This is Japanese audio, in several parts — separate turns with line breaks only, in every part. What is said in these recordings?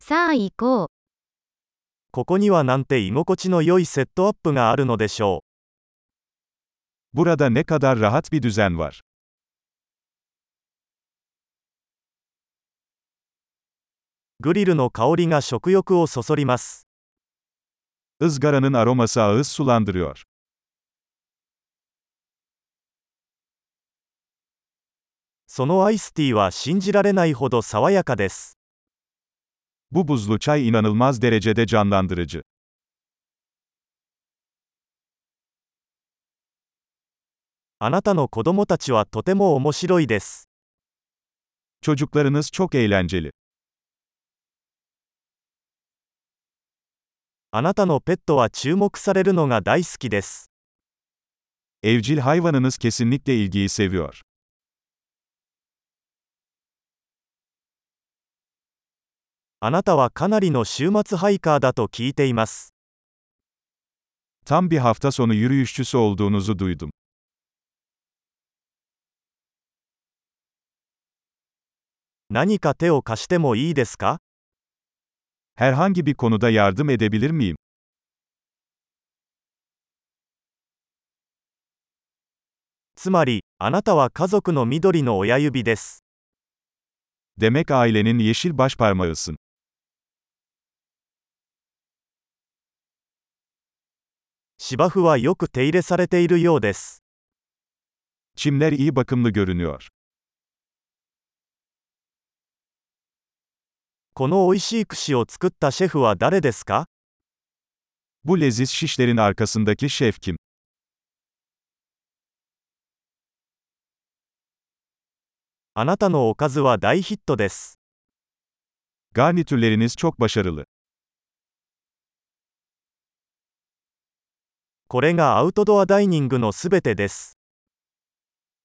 さあ行こう。
ここにはなんて居心地の良いセットアップがあるのでしょ
Burada ne kadar rahat bir düzen var.
う。グリルの香りが食欲をそそります。
Izgaranın aroması ağız sulandırıyor.
そのアイスティーは信じられないほど爽やかです。
Bu buzlu çay inanılmaz derecede canlandırıcı.
あなたの子供たちはとても面白いです。
Çocuklarınız çok eğlenceli.
あなたのペットは注目されるのが大好きです。
Evcil hayvanınız kesinlikle ilgiyi seviyor.
あなたはかなりの週末ハイカーだと聞いています。
Tam bir hafta sonu yürüyüşçüsü olduğunuzu duydum.
何か手を貸してもいいですか
Herhangi bir konuda yardım edebilir miyim?
つまり、あなたは家族の緑の親指です。
Demek ailenin yeşil başparmağısın.
芝生はよく手入れされているようです。
Çimler iyi bakımlı görünüyor.
この美味しい串を作ったシェフは誰ですか
Bu leziz şişlerin arkasındaki şef kim?
あなたのおかずは大ヒットです。
Garnitürleriniz çok başarılı.
これがアウトドアダイニングのすべてです。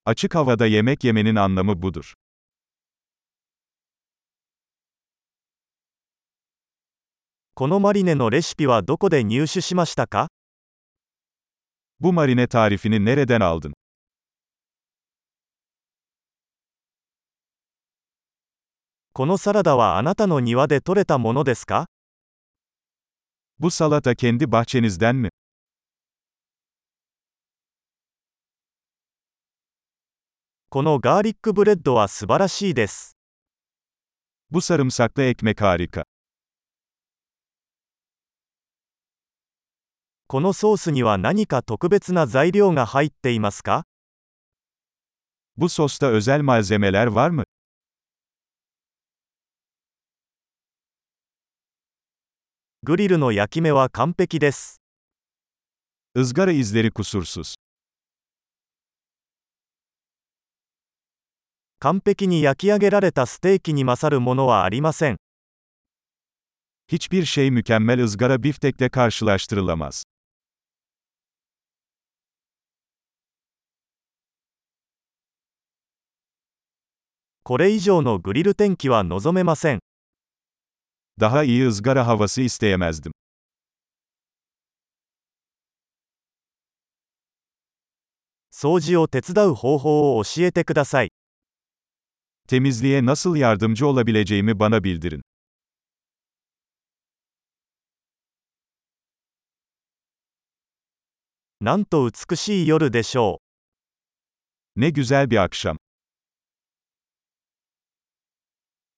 Açık havada yemek yemenin anlamı budur.
このマリネのレシピはどこで入手しましたか
Bu marine tarifini nereden aldın?
このサラダはあなたの庭で採れたものですか
Bu salata kendi bahçenizden mi?
このガーリックブレッドは素晴らしいです。
Bu sarımsaklı ekmek harika.
このソースには何か特別な材料が入っていますか
Bu sosta özel malzemeler var mı?
グリルの焼き目は完璧です。
Izgara izleri kusursuz.
完璧に焼き上げられたステーキに勝るものはありません。
Hiçbir şey mükemmel ızgara biftekle karşılaştırılamaz.
これ以上のグリル天気は望めません。
Daha iyi ızgara havası isteyemezdim.
掃除を手伝う方法を教えてください。
Temizliğe nasıl yardımcı olabileceğimi bana bildirin.
なんと美しい夜でしょう。
Ne güzel bir akşam.